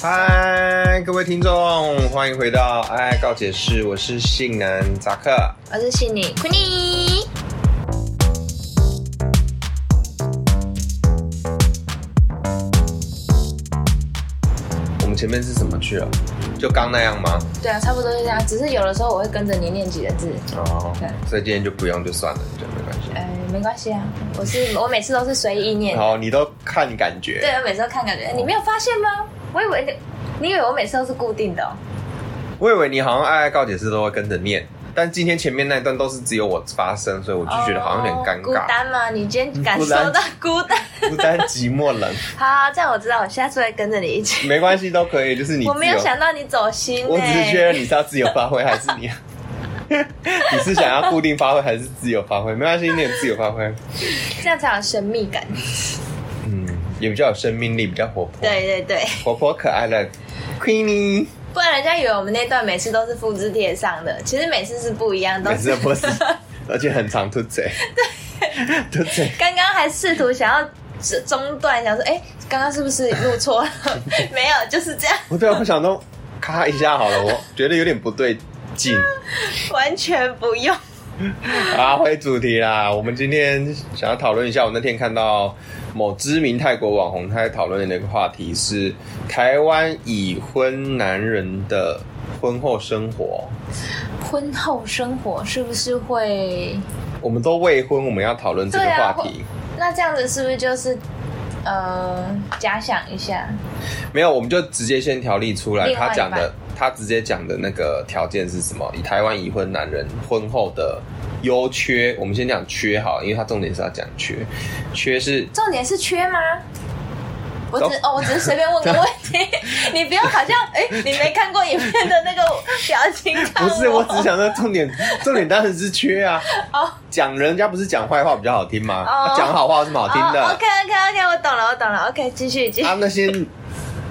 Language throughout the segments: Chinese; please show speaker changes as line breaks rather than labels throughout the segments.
嗨，各位听众，欢迎回到《爱告解室》，我是性男扎克。
我是悉尼 q u e e
我们前面是怎么去了？就刚那样吗？
对啊，差不多就这样。只是有的时候我会跟着你念几个字，
哦
对，
所以今天就不用就算了，这样没关系。
呃，没关系啊。我是我每次都是随意念，
好，你都看感
对
觉。
我每次都看感觉。你没有发现吗？我以为你，你以为我每次都是固定的、哦？
我以为你好像《爱告解室》都会跟着念，但今天前面那一段都是只有我发声，所以我就觉得好像有点尴
哦孤
尬，
单吗？你今天感
孤
受
单
到嗯孤单？
孤单、寂寞、冷，
好，这样我知道，我下次会跟着你一 起。
没关系，都可以。就是你
我
自
没有
由
想到你走心、欸，
我只是确认你是要自由发挥还是 你， 你是想要固定发挥还是自由发挥？没关系，你有自由发挥，
这样才有神秘感。
嗯，也比较有生命力，比较活泼，
对对对，
活泼可爱的 Queenie，
不然人家以为我们那段每次都是复制贴上的，其实每次是不一样，都
每
是
次都 不是，而且很常吐嘴，吐嘴，
刚刚还试图想要中断，想说，哎、刚刚是不是录错了？没有，就是这样，
我对我想说，咔一下好了，我觉得有点不对劲。
完全不用。
啊，回主题啦！我们今天想要讨论一下，我那天看到某知名泰国网红他在讨论的一个话题是台湾已婚男人的婚后生活。
婚后生活是不是会？
我们都未婚，我们要讨论这个
对
话
啊
题。
那这样子是不是就是，呃，假想一下，
没有，我们就直接先条例出来。
另外一
他讲的
半，
他直接讲的那个条件是什么？以台湾已婚男人婚后的优缺，我们先讲缺好了，因为他重点是要讲缺。缺是
重点是缺吗？我 只
走
哦，我只是随便问个问题，你不要好像哎、你没看过影片的那个表情
不
看我。
是，我只想说重 点，重点当然是缺啊。
哦
讲人家不是讲坏话比较好听吗？
哦
啊讲、好话是好听的。
OK OK OK，我哦懂了，我懂了。OK，继续继续。
啊，那些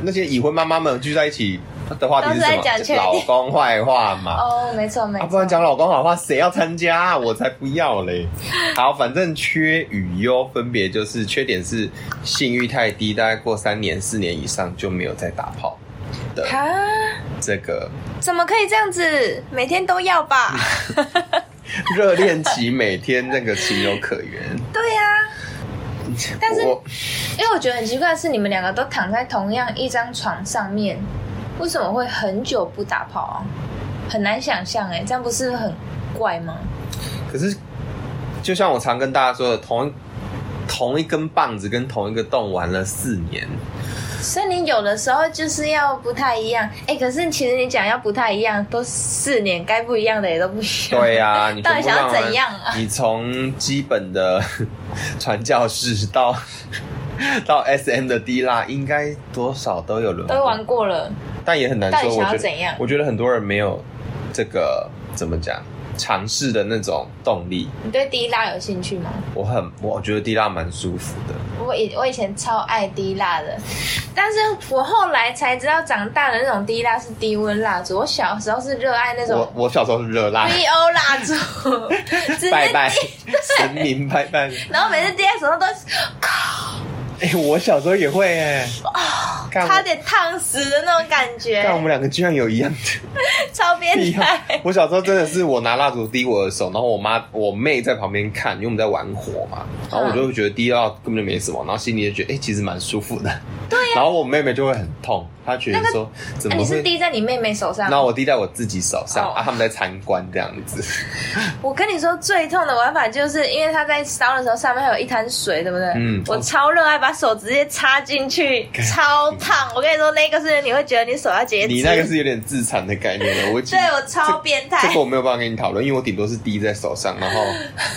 那些已婚妈妈们聚在一起的话题是什
都是在
么？
讲缺
就
点
老公坏话嘛。
哦，没错没
啊，
错。
不然讲老公好话，谁要参加、啊？我才不要嘞！好，反正缺与优分别就是缺点是性欲太低，大概过三年、四年以上就没有再打炮的
啊，
这个
怎么可以这样子？每天都要吧？
热恋期，每天那个情有可原。
对啊呀、 但是
我
因为我觉得很奇怪的是，你们两个都躺在同样一张床上面，为什么会很久不打炮啊？很难想象哎、这样不是很怪吗？
可是，就像我常跟大家说的，同一同一根棒子跟同一个洞玩了四年，
所以你有的时候就是要不太一样哎、可是其实你讲要不太一样，都四年该不一样的也都不一 样。
对呀、你
到底
全部
想要
让
怎样啊
人你从基本的 传教士到 到 SM 的低辣，应该多少都有轮
都玩过了，
但也很难
到
说。
底
我
想要
觉
怎
得
样，
我觉得很多人没有这个怎么讲尝试的那种动力。
你对滴蜡有兴趣吗？
我很，我觉得低辣蛮舒服的。
我以我以前超爱滴蜡的，但是我后来才知道，长大的那种滴蜡是低温蜡烛。我小时候是热爱那
我
种
我小时候是热辣，
VO 蜡 烛，直接
拜拜神明拜 拜。
然后每次滴在手上都是靠
哎、我小时候也会哎、看
哦差点烫死的那种感觉
看，我们两个居然有一样的
超
一
变
样
态。。 哎
我小时候真的是我拿蜡烛滴我的手，然后我妈我妹在旁边看，因为我们在玩火嘛，然后我就会觉得滴到根本就没什么，然后心里就觉得哎、其实蛮舒服的。对、然后我妹妹就会很痛，她觉得说、怎
那、哎
么
你是
会？
滴在你妹妹手上
然？后我滴在我自己手上、
哦
啊，他们在参观这样子，
我跟你说，最痛的玩法就是因为它在烧的时候上面会有一滩水，对不对？
嗯
我超热爱把手直接插进去，超烫。我跟你说，那个是你会觉得你手要截肢。
你那个是有点自残的概念了。我已经
对我超变态。
这个我没有办法跟你讨论，因为我顶多是滴在手上，然后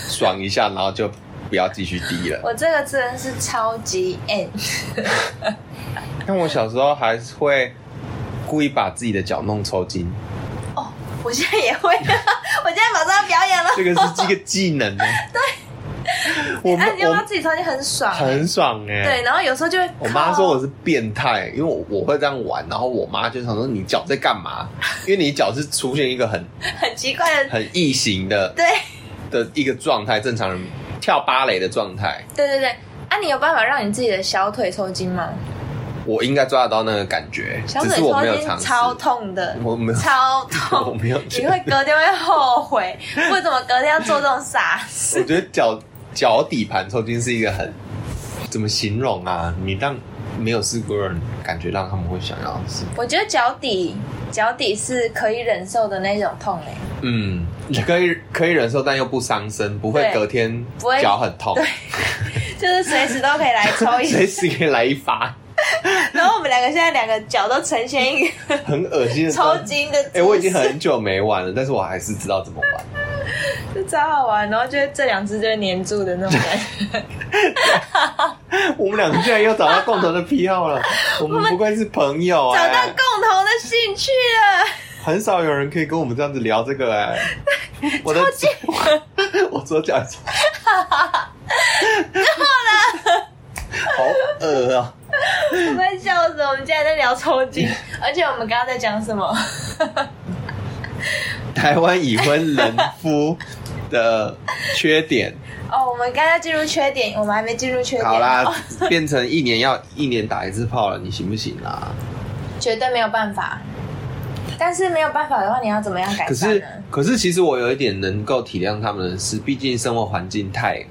爽一下，然后就不要继续滴了。
我这个真的是超级 N，
但我小时候还是会故意把自己的脚弄抽筋，
我现在也会， 我现在马上要表演了。
这个是一个技能呢。 对，我
哎、你有没有
我
自己抽筋很爽、啊
很爽哎、
对，然后有时候就会，
我妈说
靠
我是变态，因为我我会这样玩，然后我妈就想说你脚在干嘛？因为你脚是出现一个很
很奇怪的，
很异形的
对
的一个状态，正常人跳芭蕾的状态。
对对对。啊，你有办法让你自己的小腿抽筋吗？
我应该抓得到那个感觉，
小
只
腿
是我
抽
没有
筋
尝试。
超痛的，
我没有，
超
我
痛，
没有觉
你
得。
会隔天会后悔，为什么隔天要做这种傻
我
事？
觉得脚脚底盘抽筋是一个很怎么形容啊？你让没有试过的人感觉让他们会想要试。
我觉得脚底脚底是可以忍受的那种痛诶、欸
嗯，你可以可以忍受，但又不伤身，不会
对
隔天
不会
脚很痛，
就是随时都可以来抽一
随时可以来一发，
然后我们两个现在两个脚都呈现一个
很恶心的
抽
状态。
筋的姿势，
哎、我已经很久没玩了，但是我还是知道怎么玩。
就超好玩，然后就会这两只就会粘住的那种感 觉。
我们两个竟然又找到共同的癖好 了，我们不愧是朋友
找
哎、
到共同的兴趣了，
很少有人可以跟我们这样子聊这个哎、我的 我左脚 也抽，够了，好恶啊！
我快笑死！我们竟然在聊抽 筋，而且我们刚刚在讲什么？
台湾已婚人夫的缺点，
哦，我们刚刚进入缺点，我们还没进入缺点。
好啦
哦，
变成一年要一年打一次炮了，你行不行啊啦？
绝对没有办法。但是没有办法的话，你要怎么样改
可
善
是
呢？
可是，其实我有一点能够体谅他们的是，毕竟生活环境太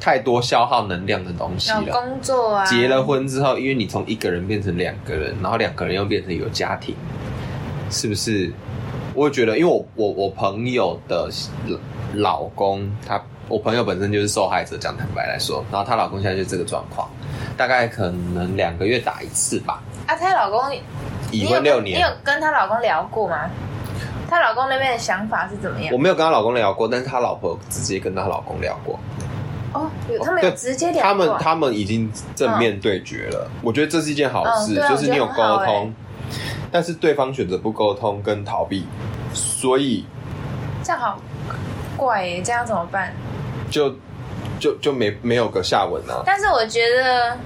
太多消耗能量的东西
要
了。
工作啊，
结了婚之后，因为你从一个人变成两个人，然后两个人又变成有家庭，是不是？我觉得，因为我我我朋友的老公，他我朋友本身就是受害者，讲坦白来说，然后她老公现在就是这个状况，大概可能两个月打一次吧，
啊，她老公
已婚六年
你有，你有跟她老公聊过吗？她老公那边的想法是怎么样
我？没有跟她老公聊过，但是她老婆直接跟她老公聊过，
哦，有他们有
对
直接聊
他们
过啊
他们已经正面对决了，我觉得这是一件好
嗯
事，
对啊
就是你有
我
沟
觉得很好
通，但是对方选择不沟通跟逃避，所以
这样好怪耶，这样怎么办？
就就就没没有个下文啊。
但是我觉得，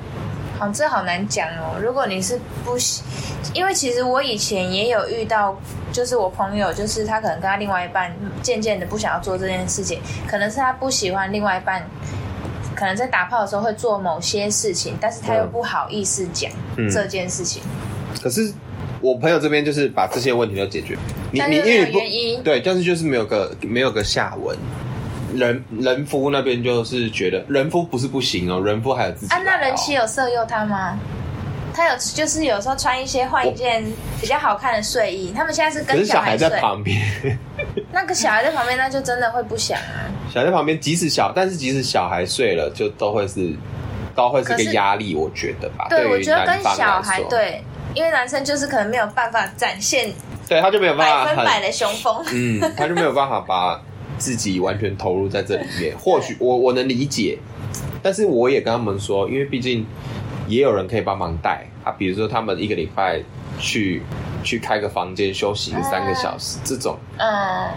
好，这好难讲哦。如果你是不喜，因为其实我以前也有遇到，就是我朋友，就是他可能跟他另外一半渐渐的不想要做这件事情，可能是他不喜欢另外一半。可能在打炮的时候会做某些事情，但是他又
嗯
不好意思讲
嗯
这件事情。
可是我朋友这边就是把这些问题都解决，你
但
你
是
因
没有
为你
原因
不对，但是就是没有个没有个下文。人人夫那边就是觉得人夫不是不行哦，人夫还有自己、哦
啊，那人妻。有色诱他吗？他有，就是有时候穿一些换一件比较好看的睡衣。他们现在是
可
跟
是小
孩
孩
睡
在，旁边，
那个小孩在旁边，那就真的会不想啊。
小孩在旁边，即使小，但是即使小孩睡了，就都会是，都会是
可
个
是
压力，我觉得吧。
对，
于
我觉得
男
跟
方
小
来
孩
说，
对，因为男生就是可能没有办法展现
对，他就没有
百
办
分
法
百
很，
的雄风。
嗯， 他就没有办法把自己完全投入在这里面。或许我我能理解，但是我也跟他们说，因为毕竟也有人可以帮忙带啊，比如说他们一个礼拜去去开个房间休息个三个小时，
啊
这种
嗯，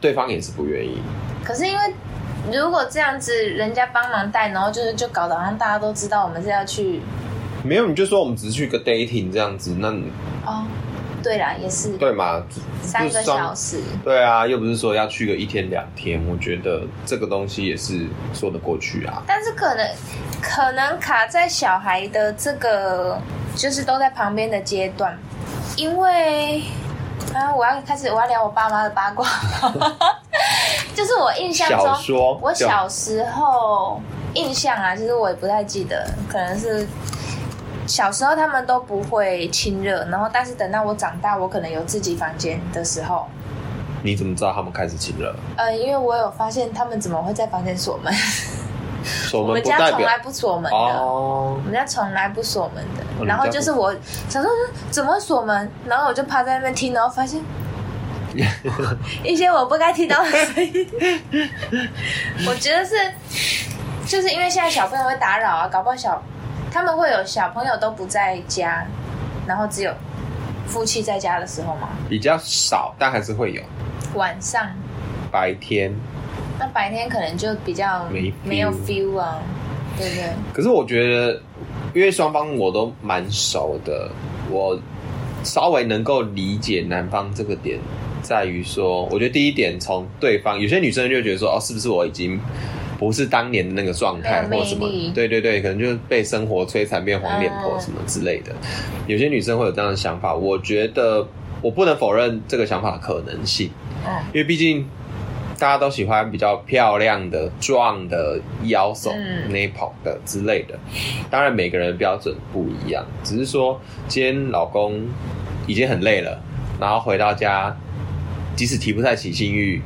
对方也是不愿意。
可是因为如果这样子，人家帮忙带，然后就是就搞得好像大家都知道我们是要去
没有，你就说我们只是去个 dating 这样子，那你
哦。对啦，也是
对嘛？
三个
就双
小时。
对啊，又不是说要去个一天两天，我觉得这个东西也是说得过去啊。
但是可能可能卡在小孩的这个就是都在旁边的阶段，因为啊，我要开始我要聊我爸妈的八卦， 就是我印象
小
中，
说，
我小时候印象啊，其实我也不太记得，可能是。小时候他们都不会亲热，然后但是等到我长大，我可能有自己房间的时候，
你怎么知道他们开始亲热？
呃，因为我有发现他们怎么会在房间锁门，
我
我们
不
家
代
从
表
来不锁门的。
哦
我，们家从来不锁门
哦
的。
你
然后
家
就是我想说嗯怎么会锁门，然后我就趴在那边听，然后 发现一些我不该听到的声音。 我觉得是，就是因为现在小朋友会打扰啊，搞不好小他们会有小朋友都不在家，然后只有夫妻在家的时候嘛，
比较少，但还是会有。
晚上
白天，
那白天可能就比较
没
没有
feel
feel 啊，对不对？
可是我觉得，因为双方我都蛮熟的，我稍微能够理解男方这个点，在于说，我觉得第一点从对方有些女生就觉得说，哦，是不是我已经不是当年的那个状态
没有
或什么
魅力，
对对对，可能就是被生活摧残变黄脸婆
嗯
什么之类的。有些女生会有这样的想法，我觉得我不能否认这个想法的可能性，
嗯
因为毕竟大家都喜欢比较漂亮的、壮的、腰手、
嗯
n a p o 的之类的。当然，每个人的标准不一样，只是说今天老公已经很累了，然后回到家，即使提不太起性欲。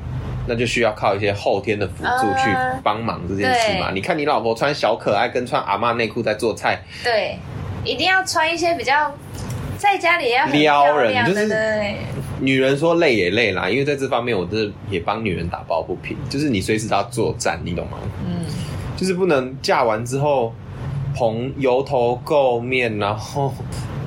那就需要靠一些后天的辅助去
啊
帮忙这件事嘛。
对
你看你老婆穿小可爱跟穿阿嬷内裤在做菜，
对，一定要穿一些比较在家里要很漂亮
撩人
的
就是
对
女人说累也累啦，因为在这方面我真的也帮女人打抱不平，就是你随时都要作战，你懂吗？
嗯，
就是不能嫁完之后蓬油头垢面，然后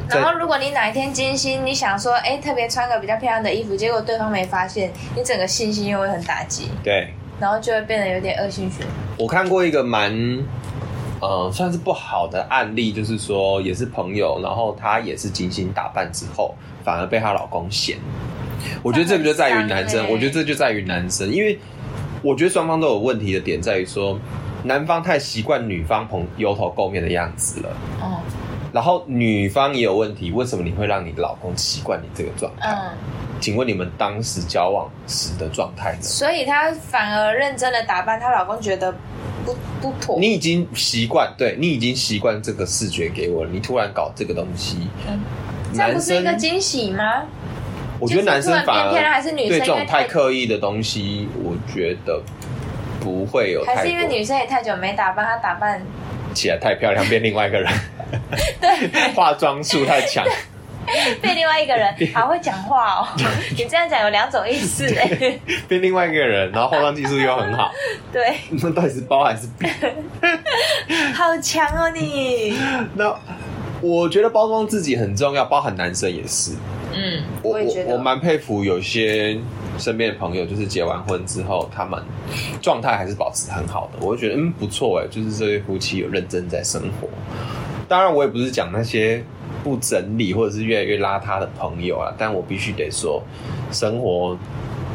在
然后如果你哪一天精心，你想说，哎、特别穿个比较漂亮的衣服，结果对方没发现，你整个信心又会很打击，
对
然后就会变得有点恶性循环。
我看过一个蛮。呃，算是不好的案例，就是说也是朋友，然后她也是精心打扮之后，反而被她老公嫌。我觉得这个就在于男
那很
生，
伤
我觉得这就在于男生，因为我觉得双方都有问题的点在于说，男方太习惯女方蓬油头垢面的样子了，
哦，
然后女方也有问题，为什么你会让你老公习惯你这个状态？
嗯，
请问你们当时交往时的状态呢？
所以她反而认真的打扮，她老公觉得不不妥。
你已经习惯，对你已经习惯这个视觉给我了，你突然搞这个东西，
嗯这
男
不是一
生
个，惊喜吗？
我觉得男生
就是突然
反
变漂亮
而
还是女生
对这
因
种
为
太
太
刻意的东西，我觉得不会有
还
太
是因为
多
女生也太久没打扮，她打扮
起来太漂亮变另外一个人，
对
化妆术太 强，
被另外一 个人好会讲话哦。你这样讲有两种意思哎、
变另外一个人，然后化妆技术又很好，
对，
那到底是包还是比？
好强哦你。
那我觉得包装自己很重要，包含男生也是。
嗯，
我
我也觉
我
得
蛮佩服有些身边的朋友，就是结完婚之后，他们状态还是保持很好的。我就觉得嗯不错哎，就是这对夫妻有认真在生活。当然，我也不是讲那些不整理或者是越来越邋遢的朋友啊，但我必须得说，生活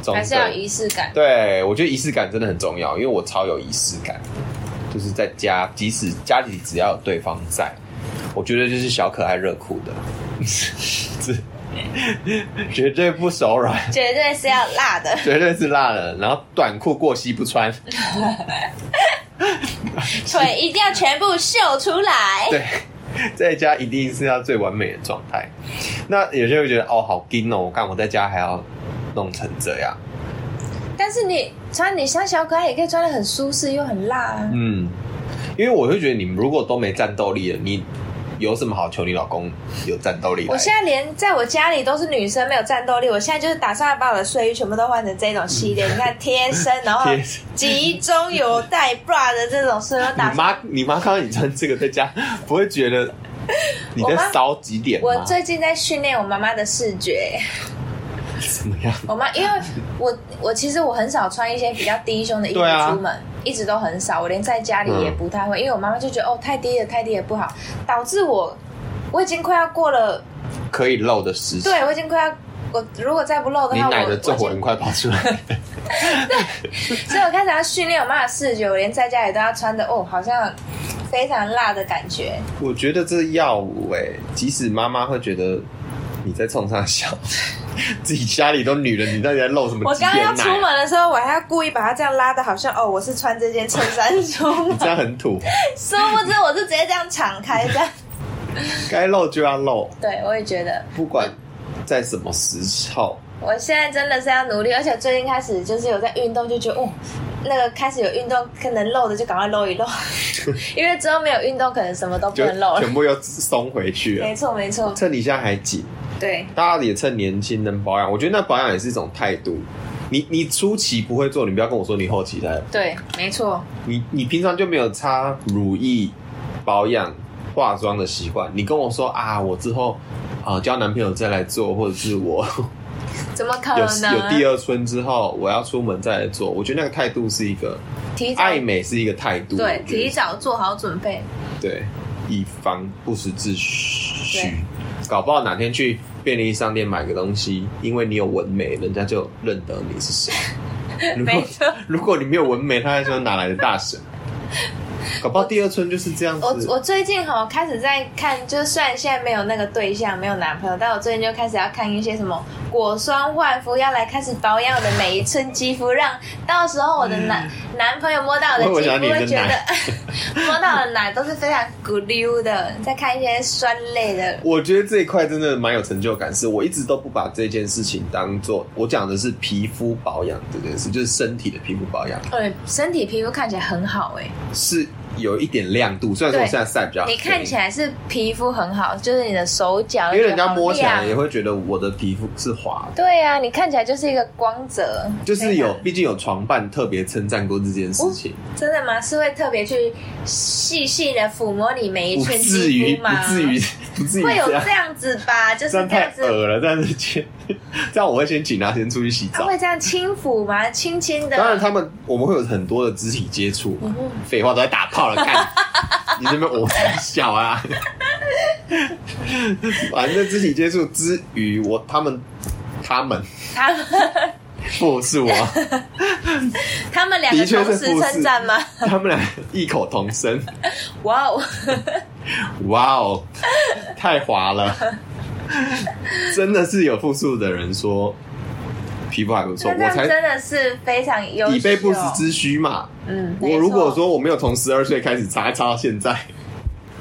中
还是要
的
有仪式感。
对我觉得仪式感真的很重要，因为我超有仪式感的，就是在家，即使家里只要有对方在，我觉得就是小可爱热裤的， 这绝对不手软，
绝对是要辣的，
绝对是辣的，然后短裤过膝不 穿，
腿一定要全部秀出来。
对，在家一定是要最完美的状态。那有些人会觉得哦，好硬哦，我看我在家还要弄成这样，
但是你穿你像小可爱，也可以穿的很舒适又很辣啊。
嗯，因为我会觉得你们如果都没战斗力了，你。有什么好求你老公有战斗力来？
我现在连在我家里都是女生，没有战斗力。我现在就是打算把我的睡衣全部都换成这种系列，你看贴 身，然后
嗯贴身
集中有带 bra 的这种，所以我打
你
算。
妈，你妈看到你穿这个在家，不会觉得你在烧几点吗？
我最近在训练我妈妈的视觉，
怎么样？
我妈因为我我其实我很少穿一些比较低胸的衣服
对啊
出门，一直都很少，我连在家里也
嗯
不太会，因为我妈妈就觉得哦太低了太低了不好，导致我我已经快要过了，
可以露的时期，
对我已经快要我如果再不露的
你
话，
奶
我
的
我
皱
已经
纹快跑出 来。
所以我开始要训练我妈的视觉，我连在家里都要穿的哦，好像非常辣的感觉。
我觉得这要哎、即使妈妈会觉得你在冲上笑，自己家里都女人，你到底在露什么
我
几
刚刚
点
要
奶
出
啊？
门的时候，我还要故意把它这样拉的，好像哦，我是穿这件衬衫出
你
门，
这样很土，
殊不知我是直接这样敞开这样。
该露就要露，
对，我也觉得，
不管在什么时候。
我现在真的是要努力，而且最近开始就是有在运动，就觉得哦，那个开始有运动，可能露的就赶快露一 露，因为之后没有运动，可能什么都不
就
能露了
全。部又松回去了
没，错，没错，
趁你现在还紧，
对，
大家也趁年轻能保养，我觉得那保养也是一种态度。你你初期不会做，你不要跟我说你后期才。
对，没错，
你你平常就没有擦乳液、保养、化妆的习惯，你跟我说啊，我之后啊、呃交男朋友再来做，或者是我
怎么可
有
能？
有第二春之后，我要出门再来做。我觉得那个态度是一个
提早
爱美是一个态度，
对
我，觉得
提早做好准备。
对，以防不时之需
对。
搞不好哪天 去便利商店买个东西，因为你有纹眉，人家就认得你是谁。如
没
果
错
如果你没有纹眉，他还说哪来的大 神？搞不好第二春就是这样
我
子。
我最近哈开始在看，就是虽然现在没有那个对象，没有男朋友，但我最近就开始要看一些什么果酸焕肤，要来开始保养我的每一寸肌肤，让到时候我的男、男朋友摸到我的
嗯我以为
肌
想
肤
到
会
你
觉
的奶
得 摸到的奶都是非常骨溜的。再看一些酸类的，
我觉得这一块真的蛮有成就感，是我一直都不把这件事情当做我讲的是皮肤保养这件事，就是身体的皮肤保养
呃，身体皮肤看起来很好哎、
是有一点亮度。虽然说我现在晒比较黑，
你看起来是皮肤很好，就是你的手脚，
因为人家摸起来也
会。
会觉得我的皮肤是滑的，
对啊，你看起来就是一个光泽，
就是有，
啊
毕竟有床伴特别称赞过这件事情，
真的吗？是会特别去细细的抚摸你每一
不
寸
至于
肌肤
不
吗？
至于 不至于
会有
这样
这，样子吧？就是
这样
这
太
样子，
恶了。但是先这样我会先请他先出去洗
他
澡。
啊会这样轻抚吗？轻轻的。
当然，他们我们会有很多的肢体接触嘛
嗯，
废话都在打炮了， 看你这边我笑啊。 反正肢体接触之余，我他们他们
他们
不是我，
他们两个
的确是
同时
复试
称赞吗？
他们俩异口同声，
哇哦，
哇哦，太滑了，真的是有复数的人说皮肤还不错，
那这
我
样真
才
的是非常优秀。
以备不时之需嘛。
嗯，没
我如果
错
说我没有从十二岁开始擦，擦到现在，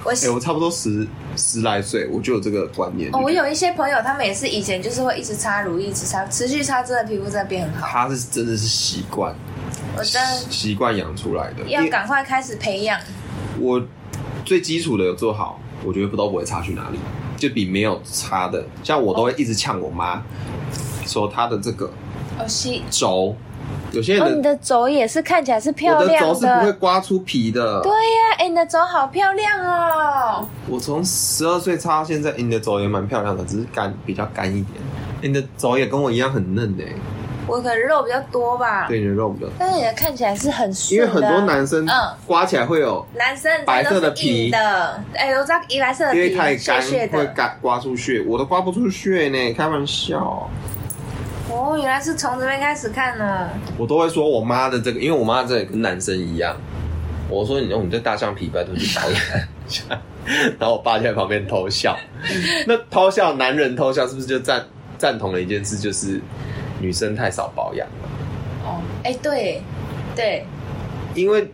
我
哎、我差不多十十来岁，我就有这个观念。
哦，我
就觉
有一些朋友，他们也是以前就是会一直擦乳液，一直擦，持续擦，真的皮肤真的变很
得
好。
他是真的是习惯，
我真的
习惯养出来的。
要
因为
赶快开始培养。
我最基础的有做好，我觉得都不会差去哪里，就比没有差的。像我都会一直呛我妈，说她的这个
哦，西
轴，有些
哦，你
人的,、
的肘也是看起来是漂
我的
亮
轴是不会刮出皮的
对。呀、哎、你的肘好漂亮哦！
我从十二岁擦到现在，你的轴也蛮漂亮的，只是干比较干一点。你的轴也跟我一样很嫩诶、欸
我可能肉比较多吧，
对，你的肉比较
但是你的看起来啊是很
因
顺的
为
啊、
很多男生
嗯
刮起来会有，
男生
白色的
都是硬
皮
的，哎、我知道白色的
因为
皮
太
屑
干
屑
会
的。
干刮出血，我都刮不出血呢，开玩笑。
哦，原来是从这边开始看哦。
我都会说我妈的这个，因为我妈这个跟男生一样，我说你用你这大象皮拜托去保养一下，然后我爸就在旁边偷笑。 那偷笑，男人偷笑是不是就赞赞同了一件事，就是女生太少保养了？
哦，哎、对，对，
因为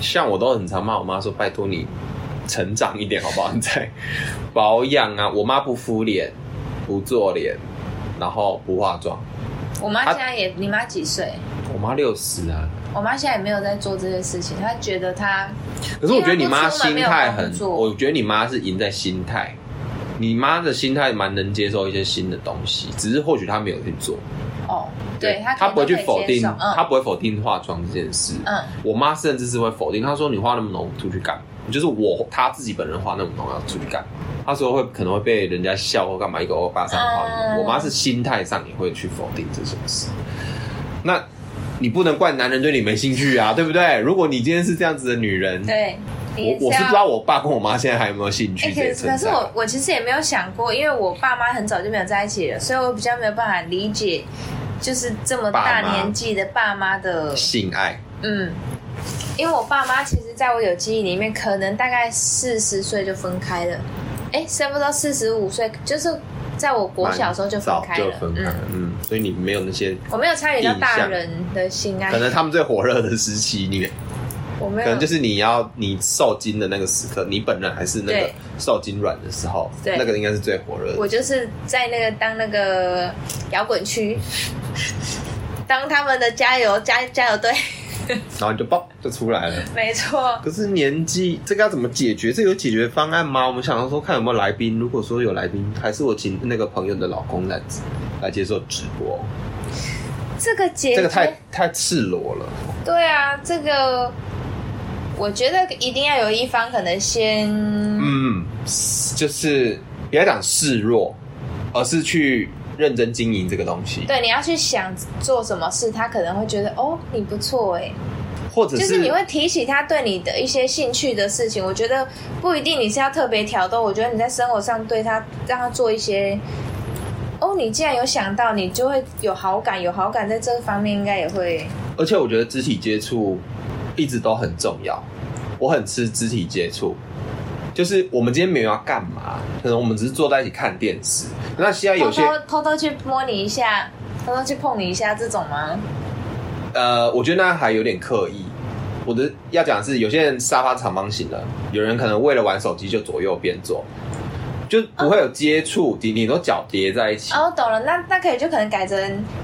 像我都很常骂我妈说，拜托你成长一点好不好？你在保养啊，我妈不敷脸，不做脸，然后不化妆。
我妈
啊
现在也，你妈几岁？
我妈六十啊，
我妈现在也没有在做这些事情，她觉得她
可是我觉得你妈心态
因为她不出门没有工
很，
作
我觉得你妈是赢在心态。你妈的心态蛮能接受一些新的东西，只是或许她没有去做，
哦，对她
她
她
不会去否定，
嗯
她不会否定化妆这件事。
嗯，
我妈甚至是会否定，她说你化那么浓出去干嘛？就是我她自己本人化那么浓要出去干嘛？她说会可能会被人家笑或干嘛，一个欧巴桑化那么浓
嗯
我妈是心态上也会去否定这件事。那你不能怪男人对你没兴趣啊，对不对？如果你今天是这样子的女人，
对，你也
我我是
要
不知道我爸跟我妈现在还有没有兴趣
哎、
这
可
些
是可
存
是
在。
我我其实也没有想过，因为我爸妈很早就没有在一起了，所以我比较没有办法理解，就是这么
爸
大
妈
年纪的爸妈的，
性爱，
嗯，因为我爸妈其实在我有记忆里面，可能大概四十岁就分开了，哎、差不多四十五岁，就是在我国小的时候就分
早
开
就
了，
分开
嗯，
了，嗯，所以你没有那些，
我没有参与到
印
大
象
人的性爱
可，能他们最火热的时期，你
嗯我没
可能
有
就，是你要你受精的那个时刻，你本人还是那个
对
受精卵的时候，
对
那个应该是最火热
我
的。
就是在那个当那个摇滚区， 当他们的加油加加油队。
然后你就嘣就出来了。
没错，
可是年纪这个要怎么解决？这有解决方案吗？我们想说看有没有来宾，如果说有来宾，还是我请那个朋友的老公来来接受直播。
这个解决
这个太太赤裸了，
对啊，这个我觉得一定要有一方可能先、
嗯，就是不要讲示弱，而是去认真经营这个东西，
对，你要去想做什么事，他可能会觉得哦你不错哎，
或者
就是你会提起他对你的一些兴趣的事情。我觉得不一定你是要特别挑逗，我觉得你在生活上对他让他做一些哦，你既然有想到，你就会有好感，有好感在这方面应该也会
而且我觉得肢体接触一直都很重要，我很吃肢体接触。就是我们今天没有要干嘛，可能我们只是坐在一起看电视。那现哎在有
偷
些
偷偷偷去摸你一下，偷偷去碰你一下这种吗？
呃，我觉得那还有点刻意。我的要讲的是，有些人沙发长方形的，有人可能为了玩手机就左右边坐，就不会有接触，顶顶多脚叠在一起，
哦，懂了，那那可以就可能改成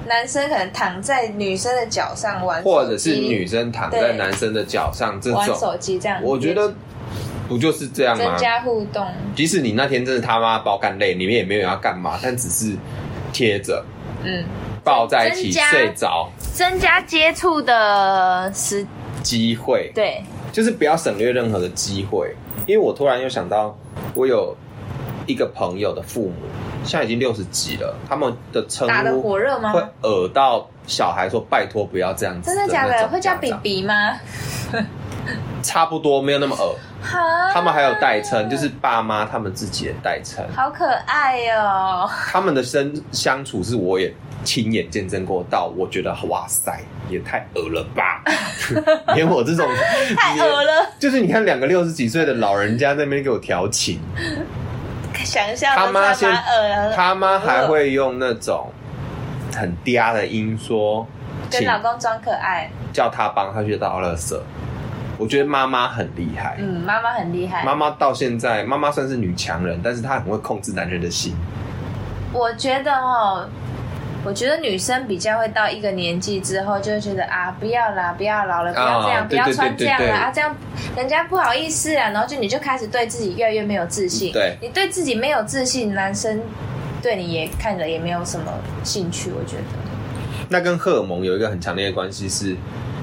男生可能躺在女生的脚上玩手机，
或者是女生躺在
嗯对
男生的脚上这
玩
种，
手机这样，
我觉得不就是这样吗
增？加互动。
即使你那天真的他妈爆干累，你们也没有要干嘛，但只是贴着
嗯，
抱在一起
增加
睡着
增加接触的时，
机会，
对，
就是不要省略任何的机会。因为我突然又想到，我有一个朋友的父母，现在已经六十几了，他们的称
打的
呼
火热吗
会？耳到小孩说：“拜托不要这样子。”
真的假
那
的？
种
会叫
家
比
长
比吗？
差不多没有那么耳。
哈，
他们还有代称，就是爸妈他们自己的代称。
好可爱哦、
他们的生相处是我也亲眼见证过到，我觉得哇塞，也太恶了 吧！连我这种
太 恶了，
就是你看两个六十几岁的老人家在那边给我调情，
想象
他
都
妈
是
先
蛮恶了。
他妈还会用那种很嗲的音说，
跟
请
老公装可爱，
叫他帮他去倒垃圾。我觉得妈妈很厉害，
嗯，妈妈很厉害。
妈妈到现在，妈妈算是女强人，但是她很会控制男人的心。
我觉得哦，我觉得女生比较会到一个年纪之后，就会觉得啊，不要啦，不要老了，不要这样，
啊
不要
对对
穿
对
这样
对
了
对
啊，这样人家不好意思啊，然后就你就开始对自己越来越没有自信。
对
你对自己没有自信，男生对你也看着也没有什么兴趣，我觉得。
那跟荷尔蒙有一个很强烈的关系是，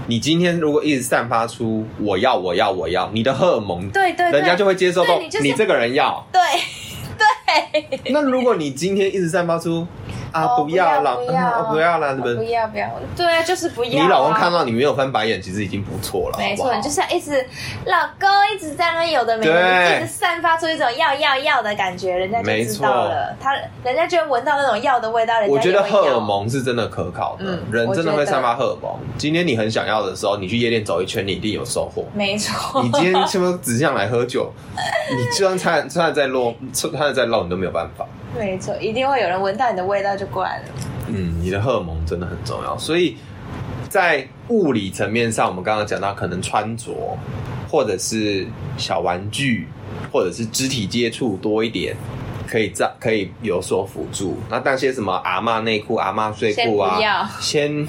你今天如果一直散发出我要我要我要，你的荷尔蒙，
对对对，
人家就会接受到
对你就是
你这个人 要。
对。
那如果你今天一直散发出啊
哦
不要啦，
不要
啊不要啦，对
不
不对？
要不要，对啊，就是不要、
你老公看。到你没有翻白眼，其实已经不错了，
没
好
错，
不好
你就是要一直老公一直在那有的没的，
对
一直散发出一种要要要的感觉，人家就知道了。他人家就会闻到那种药的味道，人家
我觉
也
得
会
荷尔
要。
蒙是真的可靠的，
嗯
人真的
我觉
会
得
散发荷尔蒙。今天你很想要的时候，你去夜店走一圈，你一定有收 获。
没错
你，今天是不是只想来喝酒？你就算差差点再落，差点再漏，你都没有办法。
没错，一定会有人闻到你的味道就过来了。
嗯，你的荷尔蒙真的很重要，所以在物理层面上，我们刚刚讲到可能穿着，或者是小玩具，或者是肢体接触多一点，可以在可以有所辅助。那那些什么阿嬷内裤、阿嬷睡裤
先不要
啊，先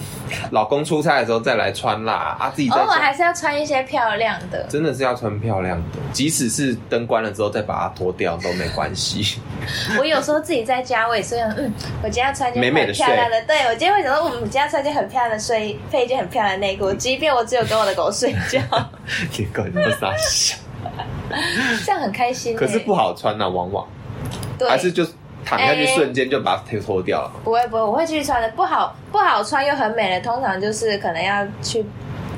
老公出差的时候再来穿啦，啊自己
偶
再
尔
穿。
还是要穿一些漂亮的，
真的是要穿漂亮的，即使是灯关了之后再把它脱掉都没关系。
我有时候自己在家，我也是会想，嗯，我今天要穿一件
美美地
很漂
睡
亮的，对我今天会想说，嗯我们今天要穿一件很漂亮的睡衣，配一件很漂亮的内裤，即便我只有跟我的狗睡 觉，
你搞你么傻 笑？
这样很开心、欸。
可是不好穿呐、往往。
对，
还是就是躺下去
哎
瞬间就把它脱脱掉了。
不会不会，我会继续穿的。不好不好穿又很美的，通常就是可能要去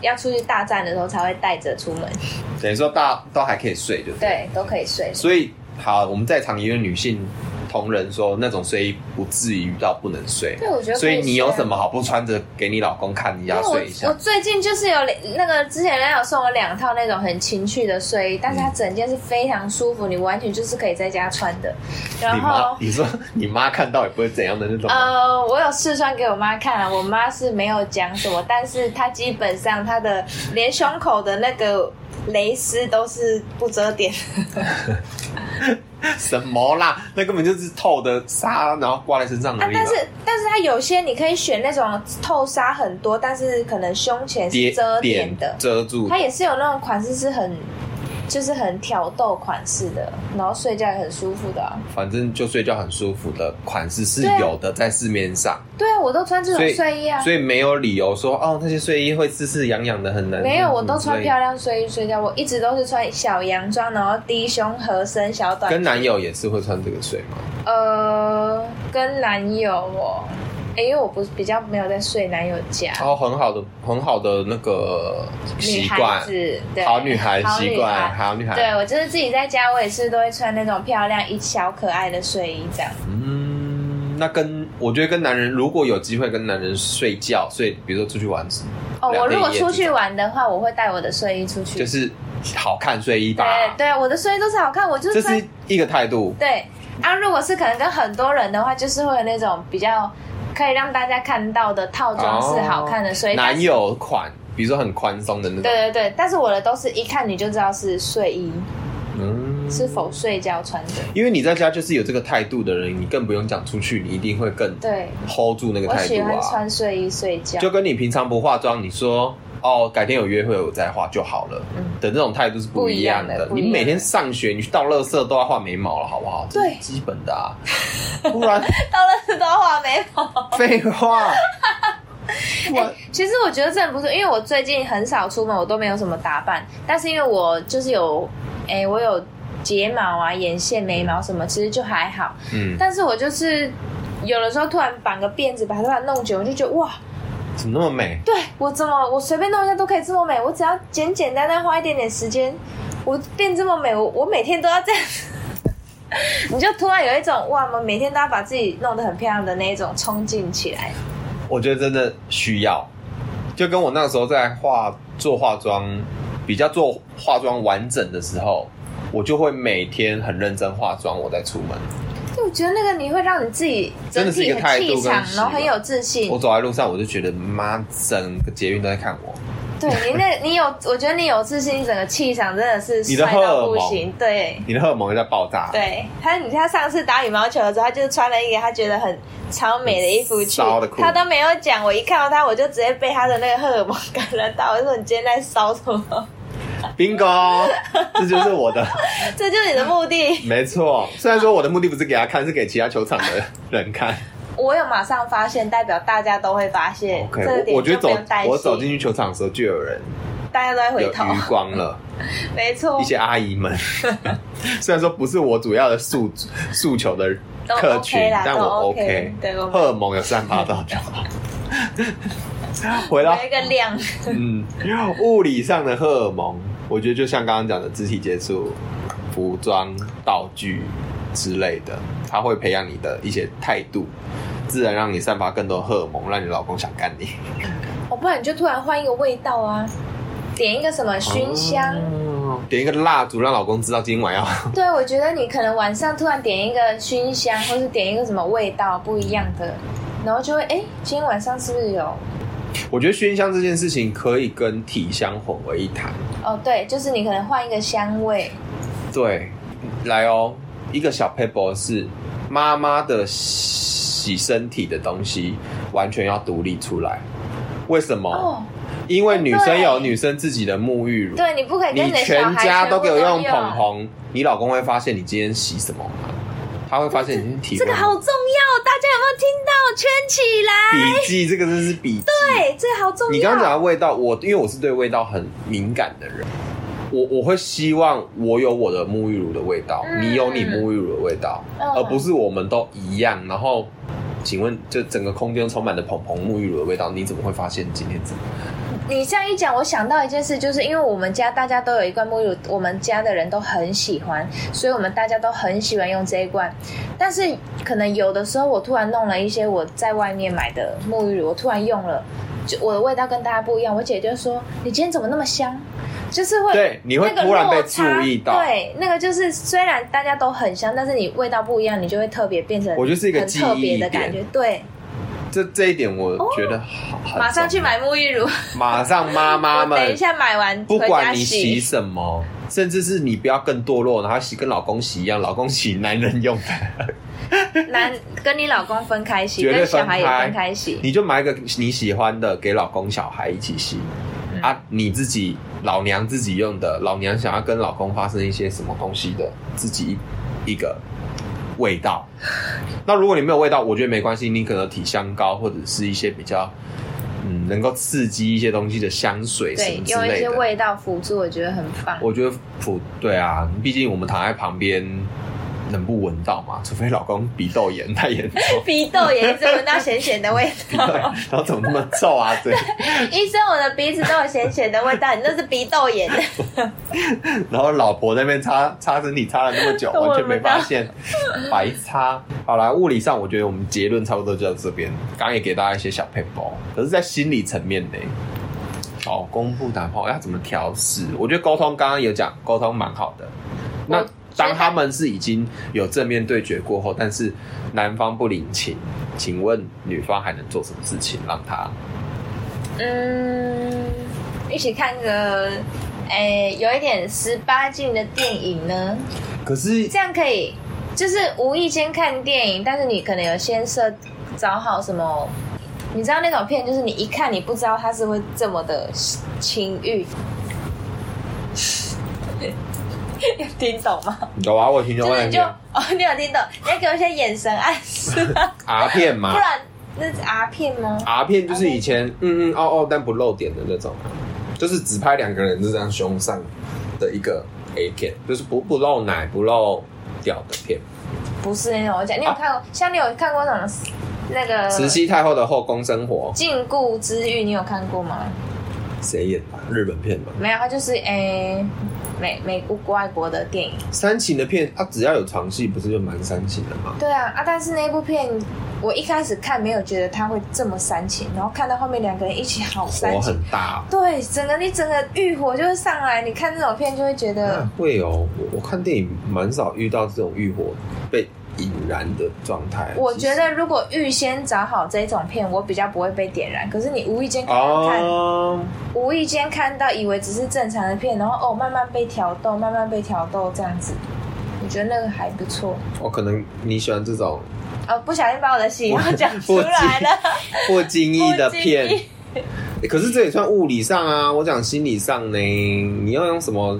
要出去大战的时候才会带着出门。
等于说大都还可以睡，对不对？
哎对，都可以睡。
所以好，我们在场也有女性同仁说，那种睡衣不至于到不能睡。
对，我觉得可
所
以
以你有
睡啊
什么好不穿着给你老公看一
因
下
为
睡一
我
下？
我最近就是有那个之前人家有送我两套那种很情趣的睡衣，但是它整件是非常舒服，你完全就是可以在家穿的。然
你妈
后，
你说你妈看到也不会怎样的那种吗。
呃，我有试穿给我妈看了、我妈是没有讲什么，但是她基本上她的连胸口的那个蕾丝都是不遮点的。呃
什么啦？那根本就是透的纱，然后挂在身上
啊
而，已嘛。
但是但是它有些你可以选那种透纱很多，但是可能胸前是
叠
遮点
点
的，
遮住
它也是有那种款式是很就是很挑逗款式的，然后睡觉也很舒服的、啊。
反正就睡觉很舒服的款式是
对啊
有的，在市面上。
对啊，我都穿这
所
种
以
睡衣啊，
所以没有理由说哦，那些睡衣会刺刺痒痒的，很难。嗯
没有，我都穿漂
亮。
亮睡衣睡觉，我一直都是穿小洋装，然后低胸合身小短，
跟男友也是会穿这个睡吗？
呃跟男友哦。诶因为我不比较没有在睡男友家，
然后哦很好的很好的那个
女
习
孩
惯
子，对，
好女孩
好
习
女
惯，
孩
好女
对
孩。
我就是自己在家，我也是都会穿那种漂亮一小可爱的睡衣这样。
嗯，那跟我觉得跟男人如果有机会跟男人睡觉，所以比如说出去玩，
哦，
两
我
天
如果
一夜
出
这
去
种
玩的话，我会带我的睡衣出去。
就是好看睡衣吧，
对对，我的睡衣都是好看，我就
这
是穿。
是一个态度。
对啊，如果是可能跟很多人的话，就是会有那种比较可以让大家看到的套装是好看的睡衣。但
哦男
是
友款，比如说很宽松的那种，
对对对，但是我的都是一看你就知道是睡衣，
嗯，
是否睡觉穿的。
因为你在家就是有这个态度的人，你更不用讲出去，你一定会更
对，
hold 住那个
我
态
喜
度
欢
啊。
穿睡衣睡觉。
就跟你平常不化妆，你说哦，改天有约会我再化就好了、
嗯
的那种态度是不一样
不一样的不一
你
样的
每天上学，你去倒垃圾都要画眉毛了，好不好？这
对
是基本的啊， 不然
到了都画眉毛。
废 话。不然
其实我觉得这很不错，因为我最近很少出门，我都没有什么打扮。但是因为我就是有，哎、我有睫毛啊、眼线、眉毛什么，其实就还好。
嗯，
但是我就是有的时候突然绑个辫子，把头发弄卷，我就觉得哇，
怎么那么美？
对我怎么我随便弄一下都可以这么美？我只要简简单单花一点点时间，我变这么美，我 我每天都要这样。 你就突然有一种哇，我们每天都要把自己弄得很漂亮的那一种冲劲起来。
我觉得真的需要，就跟我那时候在化做化妆，比较做化妆完整的时候，我就会每天很认真化妆，我再出门。
就我觉得那个你会让你自己整
真的是一
体
个态
很
度跟
气场，
习惯
然后很有自信
我。走在路上，我就觉得妈，整个捷运都在看我。
对你那，你有，我觉得你有自信，你整个气场真的是
你的
帅
荷尔
到不
蒙
行。对，
你的荷尔蒙在爆炸，，
对他，你看他上次打羽毛球的时候，他就是穿了一个他觉得很超美的衣服去
骚的，裤
他都没有讲。我一看到他，我就直接被他的那个荷尔蒙感染到。我就说你今天在骚什么？
bingo，这就是我的，
这就是你的目的。
没错。虽然说我的目的不是给他看，是给其他球场的人看。
我有马上发现，代表大家都会发现这个
OK，我
点
我觉得
就不
走
用担
我走
心
进，去球场的时候，就有人
大家都会
有
回头。
余光了。
没错
一，些阿姨们，
哦
虽然说不是我主要的诉诉求的
都
客群
OK 啦，
但
都
我
OK，对我们
荷尔蒙有散发到就 好。回到
有一个量。
嗯，物理上的荷尔蒙，我觉得就像刚刚讲的肢体接触、服装、道具之类的，它会培养你的一些态度，自然让你散发更多荷尔蒙，让你老公想干你。
哦，不然你就突然换一个味道啊，点一个什么熏香。
哦点一个蜡烛，让老公知道今晚要
对，我觉得你可能晚上突然点一个熏香，或是点一个什么味道不一样的，然后就会哎，诶今天晚上是不是有？
我觉得熏香这件事情可以跟体香混为一谈。
哦，对，就是你可能换一个香味，
对，来哦，一个小 paper 是妈妈的洗身体的东西，完全要独立出来。为什么？
哦，
因为女生
对
有女生自己的沐浴乳，
对，你不可以跟
你
的小
全
孩
家
全部
都
都
给我用
用
捧，红，你老公会发现你今天洗什么吗？他会发现你今天体
这
温
个好重要，大家有没有听到？圈起来，
笔记，这个真是笔记。
对，这个好重要。
你刚刚讲的味道，我因为我是对味道很敏感的人，我我会希望我有我的沐浴乳的味道，
嗯
你有你沐浴乳的味道，
嗯
而不是我们都一样。然后，请问，就整个空间充满了蓬蓬沐浴乳的味道，你怎么会发现今天怎么？
你这样一讲，我想到一件事，就是因为我们家大家都有一罐沐浴乳，我们家的人都很喜欢，所以我们大家都很喜欢用这一罐。但是可能有的时候，我突然弄了一些我在外面买的沐浴乳，我突然用了，就我的味道跟大家不一样。我姐就说：“你今天怎么那么香？”就是会
对你会
那个
突然被
落差
注意到
对，那个就是虽然大家都很香，但是你味道不一样，你就会特别变成
我觉得是一个
很
记
特
忆
别的
点
感觉。对，
这这一点我觉得好，很
马上去
重要，
买沐浴乳，
马上妈妈
我等
们
一，下买完
不
回家
管你洗什么，甚至是你不要更堕落，然后洗跟老公洗一样，老公洗男人用的。
男跟你老公分开洗，
绝对
跟小孩也
分开
分开洗。
你就买一个你喜欢的给老公、小孩一起洗、
嗯
啊，你自己老娘自己用的，老娘想要跟老公发生一些什么东西的，自己一个味 道。那如果你没有味道，我觉得没关系，你可能体香膏或者是一些比较嗯能够刺激一些东西的香水什
对
么，之
用一
类
些
的。
味道辅助，我觉得很棒。
我觉得普对啊，毕竟我们躺在旁边能不闻到吗？除非老公鼻窦炎太严 重，
鼻窦炎一直闻到咸咸的味
鼻 窦炎
道。
然后怎么那么臭啊？对，
医生，我的鼻子都有咸咸的味道，你那是鼻窦炎。
然后老婆在那边擦擦身体擦了那么 久，
都闻不
完全没发现，白擦。好啦，物理上我觉得我们结论差不多就到这边，刚刚也给大家一些小配包，可是，在心理层面呢，哦，公布打炮要怎么调试？我觉得沟通刚刚有讲，沟通蛮好的。那
我
当他们是已经有正面对决过后，但是男方不领情，请问女方还能做什么事情让他？
嗯，一起看个，哎、有一点十八禁的电影呢，
可是
这样可以，就是无意间看电影，但是你可能有先设找好什么。你知道那种片，就是你一看你不知道它是会这么的情欲，有听懂吗？
有啊，我有听说
就是
那
你就
个
哦，你有听懂？你要给我一些眼神暗示 啊，
R 片嘛
不然那是 R 片吗？
，R 片就是以前嗯嗯哦哦但不露点的那种，就是只拍两个人就这样胸上的一个 A 片，就是不不露奶不露屌的片。
不是那种，我讲你有看过，像你有看过那种那个
慈
《
禧太后的后宫生活
禁锢之狱》，你有看过吗？
谁演的啊？日本片嘛。
没有，它就是诶、美美国外国的电影。
煽情的片，它、只要有床戏，不是就蛮煽情的吗？
对啊啊！但是那部片我一开始看没有觉得它会这么煽情，然后看到后面两个人一起好煽
火
情
很，大、哦。
对，整个你整个欲火就会上来。你看这种片就会觉得。
那会哦，我我看电影蛮少遇到这种欲火被引燃的状态。啊
我
其实
觉得如果预先找好这种片，我比较不会被点燃。可是你无意间看看，
哦，
无意间看到，以为只是正常的片，然后哦，慢慢被挑逗，慢慢被挑逗这样子，我觉得那个还不错。
我哦可能你喜欢这种
哦，不小心把我的喜好讲出
不
来了，
不经意的片
不经意。
欸可是这也算物理上啊，我讲心理上呢，你要用什么？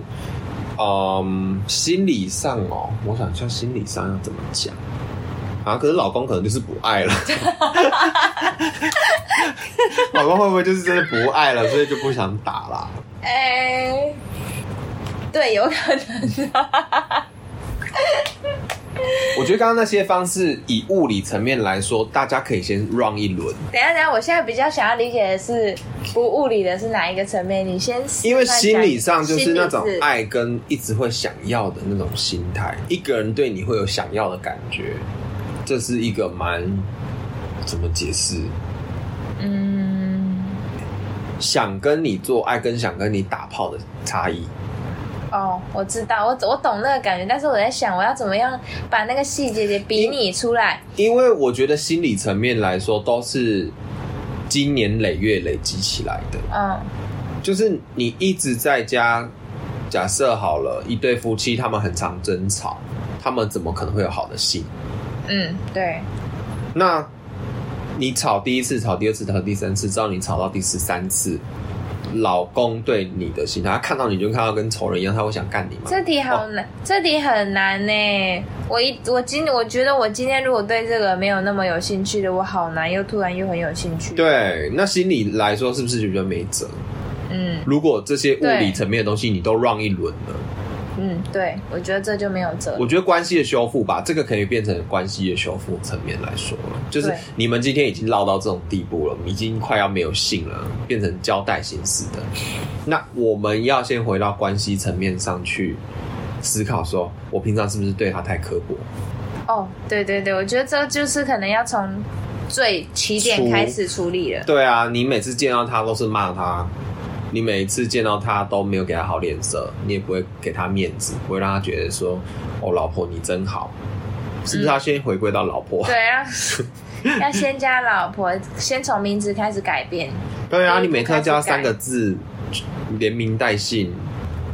嗯，心理上哦，我想一下心理上要怎么讲啊？可是老公可能就是不爱了， 老公会不会就是真的不爱了，所以就不想打啦？
哎、对，有可能、
我觉得刚刚那些方式，以物理层面来说，大家可以先 run 一轮，
等一下，等一下，我现在比较想要理解的是不物理的是哪一个层面？你先示范一下，
因为心理上就是那种
心理是
爱跟一直会想要的那种心态，一个人对你会有想要的感觉，这是一个蛮怎么解释？
嗯，
想跟你做爱跟想跟你打炮的差异，
哦，我知道，我我懂那个感觉，但是我在想，我要怎么样把那个细节给比拟出来？
因为我觉得心理层面来说都是经年累月累积起来的。
嗯
就是你一直在家，假设好了，一对夫妻他们很常争吵，他们怎么可能会有好的性？
嗯，对，
那你吵第一次，吵第二次，吵第三次，直到你吵到第十三次，老公对你的心态，他看到你就看到跟仇人一样，他会想干你吗？
这题好
哦
难，这题很难呢。我一我今我觉得我今天如果对这个没有那么有兴趣的，我好难又突然又很有兴趣。，
对，那心理来说是不是就比较没辙？
嗯
如果这些物理
对
层面的东西你都 run 一轮了，
嗯，对，我觉得这就没有辙。
我觉得关系的修复吧，这个可以变成关系的修复层面来说了，就是
对
你们今天已经落到这种地步了，已经快要没有性了，变成交代形式的。那我们要先回到关系层面上去思考说，我平常是不是对他太刻薄？
哦，对对对，我觉得这就是可能要从最起点
处
开始处理了。
对啊，你每次见到他都是骂他，你每一次见到他都没有给他好脸色，你也不会给他面子，不会让他觉得说，哦，老婆你真好，是不是？他先回归到老婆。
对啊，要先加老婆，先从名字开始改变。
对啊，
对
你每次要叫他
不开
三
不改
个字，连名带姓，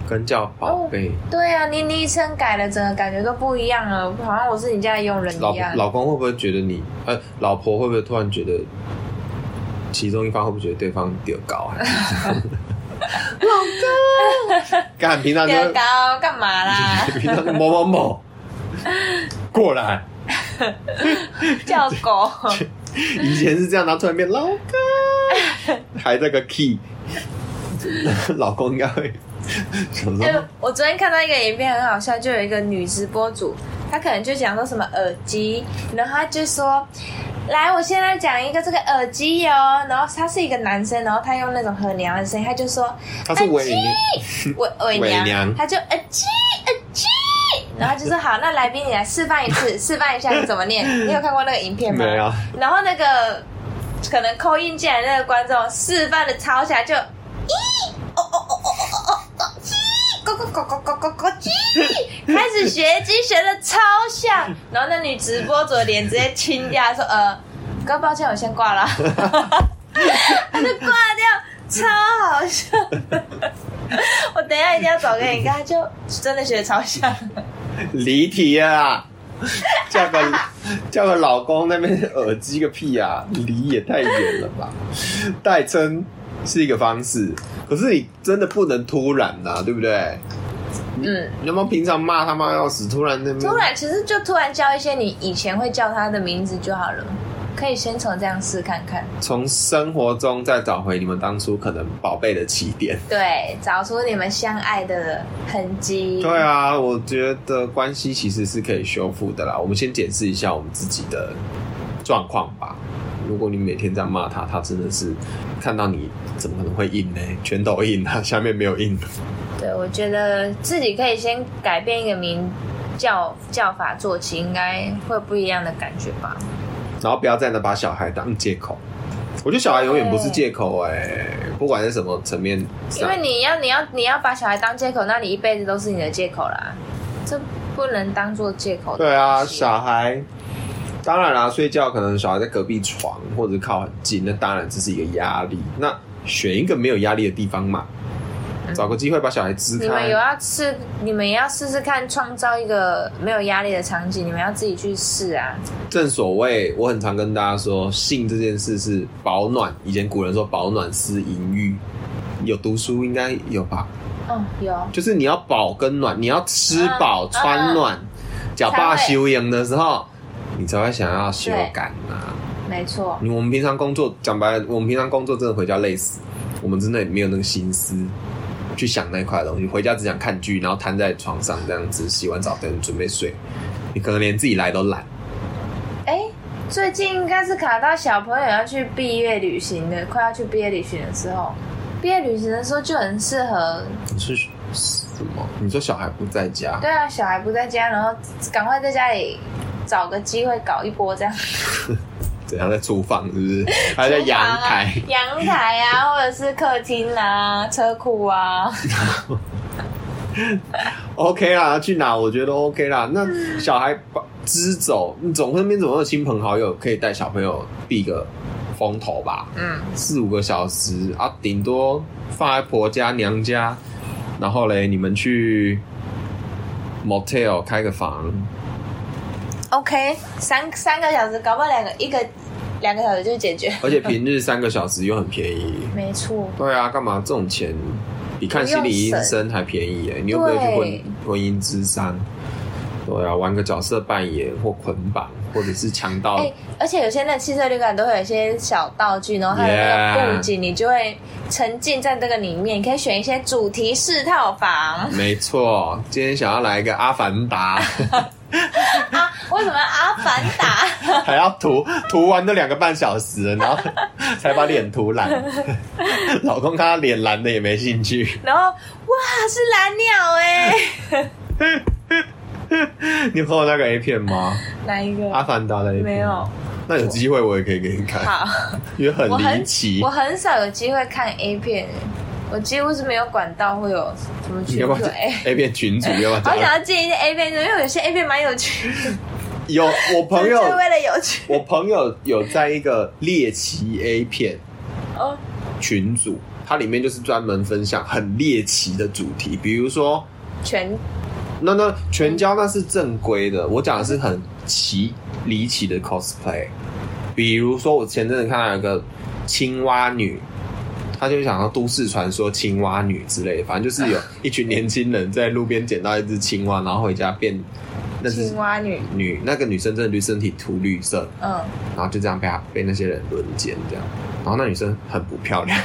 跟叫宝贝。
对啊，你昵称改了，整个感觉都不一样了，好像我是你家的佣人
老
一样。
老公会不会觉得你，呃，老婆会不会突然觉得，其中一方会不会觉得对方丢高？啊 还是老公，干平常就
丢高干嘛啦？
平常就某某某过来，
叫 狗。
以前是这样，然后突然变老公，还这个 key，老公应该会想
哎、
说，
我昨天看到一个影片很好笑，就有一个女直播主，他可能就讲说什么耳机，然后他就说。来，我现在讲一个这个耳机哦，然后他是一个男生，然后他用那种很娘的声音，他就说
他是伪
伪伪
伪
娘，
娘
他就耳机耳机，然后就说好，那来宾你来示范一次，示范一下是怎么念。你有看过那个影片吗？
没有。
然后那个可能扣印进来那个观众示范的抄起来就，咦，哦哦哦哦哦哦哦哦，叽，咯咯咯咯咯咯咯叽，开始学鸡学的超像，然后那女直播主的脸直接青掉，说呃，哥抱歉，我先挂了，他就挂掉，超好笑。我等一下一定要找给你看，他就真的学的超像。
离题了啦，叫个叫个老公那边耳机个屁啊，离也太远了吧？代称是一个方式，可是你真的不能突然呐、对不对？
嗯，
你要不然平常骂他骂要死，突然那边
突然其实就突然叫一些你以前会叫他的名字就好了，可以先从这样试看看。
从生活中再找回你们当初可能宝贝的起点。
对，找出你们相爱的痕迹。
对啊，我觉得关系其实是可以修复的啦。我们先检视一下我们自己的状况吧。如果你每天这样骂他，他真的是看到你怎么可能会硬呢？全都硬啊，下面没有硬。
对，我觉得自己可以先改变一个名叫叫法做起，应该会不一样的感觉吧。
然后不要再的把小孩当借口。我觉得小孩永远不是借口哎、不管是什啊么层面
因
上
为，你要你要你要把小孩当借口，那你一辈子都是你的借口啦，这不能当做借口的东西。
对啊，小孩。当然啦，睡觉可能小孩在隔壁床或者靠很近，那当然这是一个压力。那选一个没有压力的地方嘛，找个机会把小孩支
嗯你们有啊
开。
要试，你们也要试试看，创造一个没有压力的场景，你们要自己去试啊。
正所谓，我很常跟大家说，性这件事是保暖。以前古人说“保暖思淫欲”，有读书应该有吧？
嗯，有。
就是你要保跟暖，你要吃饱、
嗯
穿暖，脚
才
把
会
修养的时候，你才会想要修改啊。
没错，
你我们平常工作，讲白了，我们平常工作真的回家累死，我们真的也没有那个心思去想那一块东西，回家只想看剧，然后瘫在床上这样子，洗完澡等准备睡，你可能连自己来都懒。
哎、最近应该是卡到小朋友要去毕业旅行的，快要去毕业旅行的时候，毕业旅行的时候就很适合，
你是什么？你说小孩不在 家，
对啊，小孩不在家，然后赶快在家里找个机会搞一波这样，
怎样在厨房是不是？还在阳台？
厨房啊、阳台啊，或者是客厅啊、车库啊，
OK 啦，去哪我觉得 OK 啦。
嗯
那小孩把支走，你总身边总有亲朋好友可以带小朋友避个风头吧，
嗯，
四五个小时啊，顶多放在婆家娘家，然后嘞，你们去 motel 开个房，
OK，三三个小时，搞不好两个一个两个小时就解决。
而且平日三个小时又很便宜。
没错，
对啊，干嘛这种钱比看心理医生还便宜耶、你又不会去婚
对
婚姻之商？对啊，玩个角色扮演或捆绑，或者是强盗。
哎、而且有些那汽车旅馆都会有一些小道具，然后还有那个
Yeah
布景，你就会沉浸在这个里面。你可以选一些主题式套 房
没错，今天想要来一个阿凡达，
啊？为什么阿凡 达？
还要涂涂完都两个半小时了，然后才把脸涂蓝。 老公看他脸蓝的也没兴趣。
然后哇，是蓝鸟哎、
你有看过那个 A 片吗？
哪一个？
阿凡达的 A 片
没有。。
那有机会我也可以给你看，
好，
因为很
我
离
很
奇
我。很少有机会看 A 片、欸，我几乎是没有管道会有什么
你
群
要不要
组哎、
A 片群主？要不
好
要讲？
想要见一些 A 片，因为有些 A 片蛮有趣的，
有我朋 友
就是，为了有趣
我朋友有在一个猎奇 A 片
哦。
群组，它里面就是专门分享很猎奇的主题，比如说
全
那那全交那是正规的，我讲的是很奇离奇的 cosplay，比如说我前阵子看到有个青蛙女，她就想到都市传说青蛙女之类的，反正就是 有一群年轻人在路边捡到一只青蛙，然后回家变那只
青蛙女，
女那个女生真的绿身体涂绿色，
嗯，
然后就这样被她被那些人轮奸这样，然后那女生很不漂亮，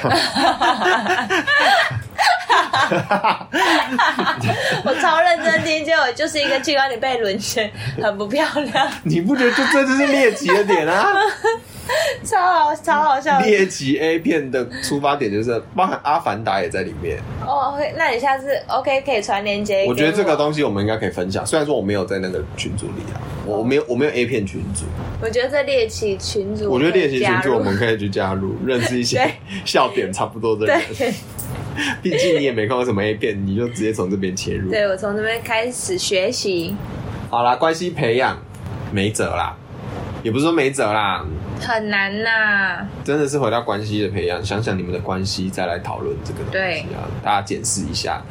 我超认真听，结果就是一个器官里被轮圈，很不漂亮，
你不觉得这这就是猎奇的点啊？
超好超好 笑的。
猎奇 A 片的出发点就是包含《阿凡达》也在里面。
哦、o k 那你下次 OK 可以传链接给
我觉得这个，东西我们应该可以分享，虽然说我没有在那个群组里啊，我我没有我没有 A 片群组，
我觉得这猎奇群组，
我觉得练习群组我们可以去加入，认识一些
对
笑点差不多的人。
对
毕竟你也没看过什么 A 片，你就直接从这边切入。
对，我从这边开始学习，
好啦，关系培养没辙啦，也不是说没辙啦，
很难呐、
真的是回到关系的培养，想想你们的关系，再来讨论这个东西啊。大家检视一下，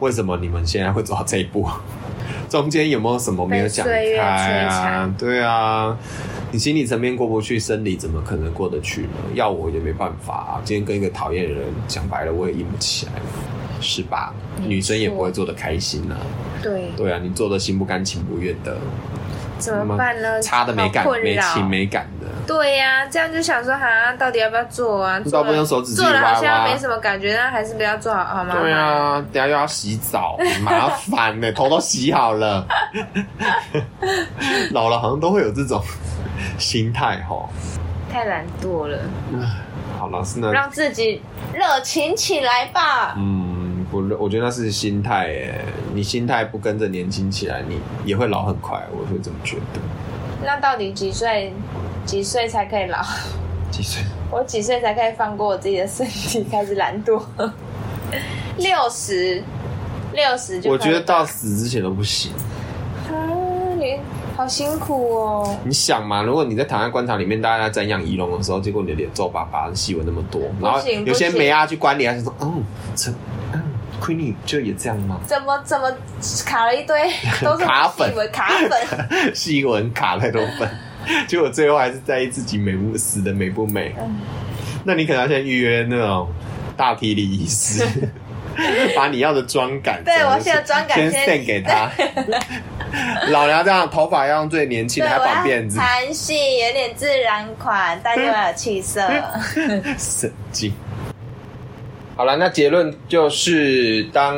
为什么你们现在会走到这一步？ 中间有没有什么没有讲
被岁月
开
摧
啊
残？
对啊，你心理层面过不去，生理怎么可能过得去呢？要我也没办法啊。今天跟一个讨厌的人讲白了，我也硬不起来，是吧？
没错
女生也不会做的开心啊。
对，
对啊，你做的心不甘情不愿的，
怎么办呢？
差的没感
好困
没
扰
情没感的。
对呀、这样就想说，哈，到底要不要做啊？
大部分用手指自己
做了好
挖挖
像没什么感觉，但还是不要做好好吗？
对，啊，等下又要洗 澡，麻烦呢、头都洗好了。老了好像都会有这种心态哈。
太懒惰了，
好，老师呢？
让自己热情起来吧。
嗯，不，我觉得那是心态诶。你心态不跟着年轻起来，你也会老很快，我会这么觉得。
那到底几岁？几岁才可以老？
几岁？
我几岁才可以放过我自己的身体，开始懒惰？ 六十，六十就
我
可以
觉得到死之前都不行。
啊，你好辛苦哦。
你想嘛，如果你在躺在棺材里面，大家在瞻仰仪容的时候，结果你的脸皱巴巴，细纹那么多，然后
不行
有些
不行
梅啊去观礼，他就说，嗯，这，嗯，Queenie 就也这样吗？
怎么怎么卡了 一堆都是
卡粉
细纹卡 粉，
细纹卡太多分，结果最后还是在意自己美不死的美不美。
嗯
那你可能要先预约那种大体理医 师，把你要的妆感，
对我现在妆感
先
先
send 给他。 老娘这样头发要用最年轻
对，
的，还
我
绑辫
要
子，
韩系，有点自然款，但又要有 气色。
神经。好了，那结论就是，当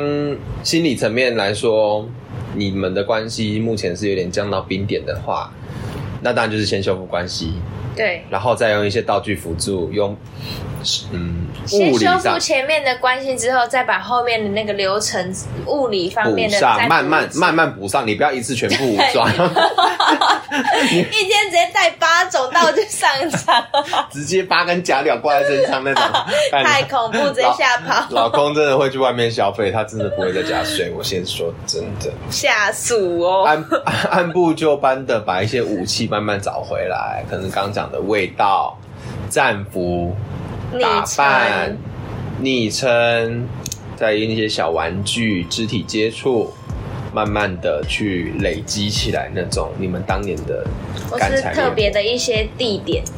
心理层面来说，你们的关系目前是有点降到冰点的话，那当然就是先修复关系，
对，
然后再用一些道具辅助，用嗯
先
物理
修
上
复前面的关系之后，再把后面的那个流程物理方
补
面的再
上，慢慢
补一次
慢，慢补上，你不要一次全部武装，
一天直接带八种道具上 场，
直接八根假鸟挂在身上 那种，哎
太恐怖，直接吓跑，
老公真的会去外面消费，他真的不会在家睡。我先说真的，
吓鼠 哦。
按按部就班的把一些武器慢慢找回来，可能刚讲的味道、战服、
昵
打扮
称、
昵称，再用一些小玩具、肢体接触，慢慢的去累积起来那种你们当年的
或
干
是
柴
特别
烈
的一些地点，
火。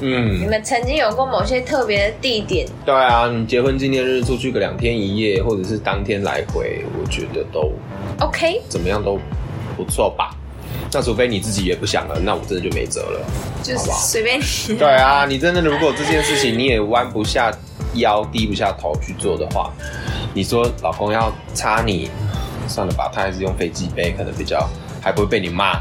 你
嗯，
们曾经有过某些特别的地点，
对啊，你结婚纪念日出去个两天一夜，或者是当天来回，我觉得都
OK，
怎么样都不错吧。那除非你自己也不想了，那我真的就没辙了。
就是
好吧
随便你。
对啊，你真的如果这件事情你也弯不下腰、低不下头去做的话，你说老公要插你，算了吧，他还是用飞机杯，可能比较还不会被你骂，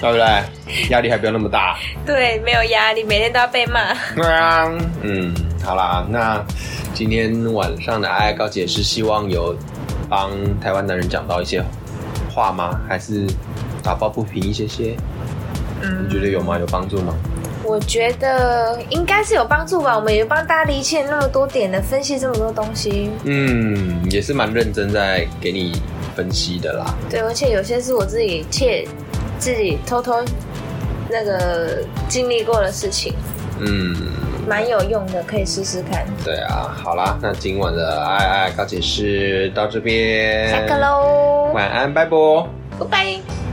对不对？压力还不要那么大。
对，没有压力，每天都要被骂。
对啊，嗯，好啦，那今天晚上的爱爱告解是希望有帮台湾男人讲到一些话吗？还是打抱不平一些些？
嗯
你觉得有吗？有帮助吗？
我觉得应该是有帮助吧。我们也帮大家理清那么多点的分析，这么多东西。
嗯，也是蛮认真在给你分析的啦。
对，而且有些是我自己切自己偷偷那个经历过的事情，
嗯，
蛮有用的，可以试试看。
对啊，好啦，那今晚的爱爱告解室到这边，
下课喽，
晚安，拜拜。
拜拜。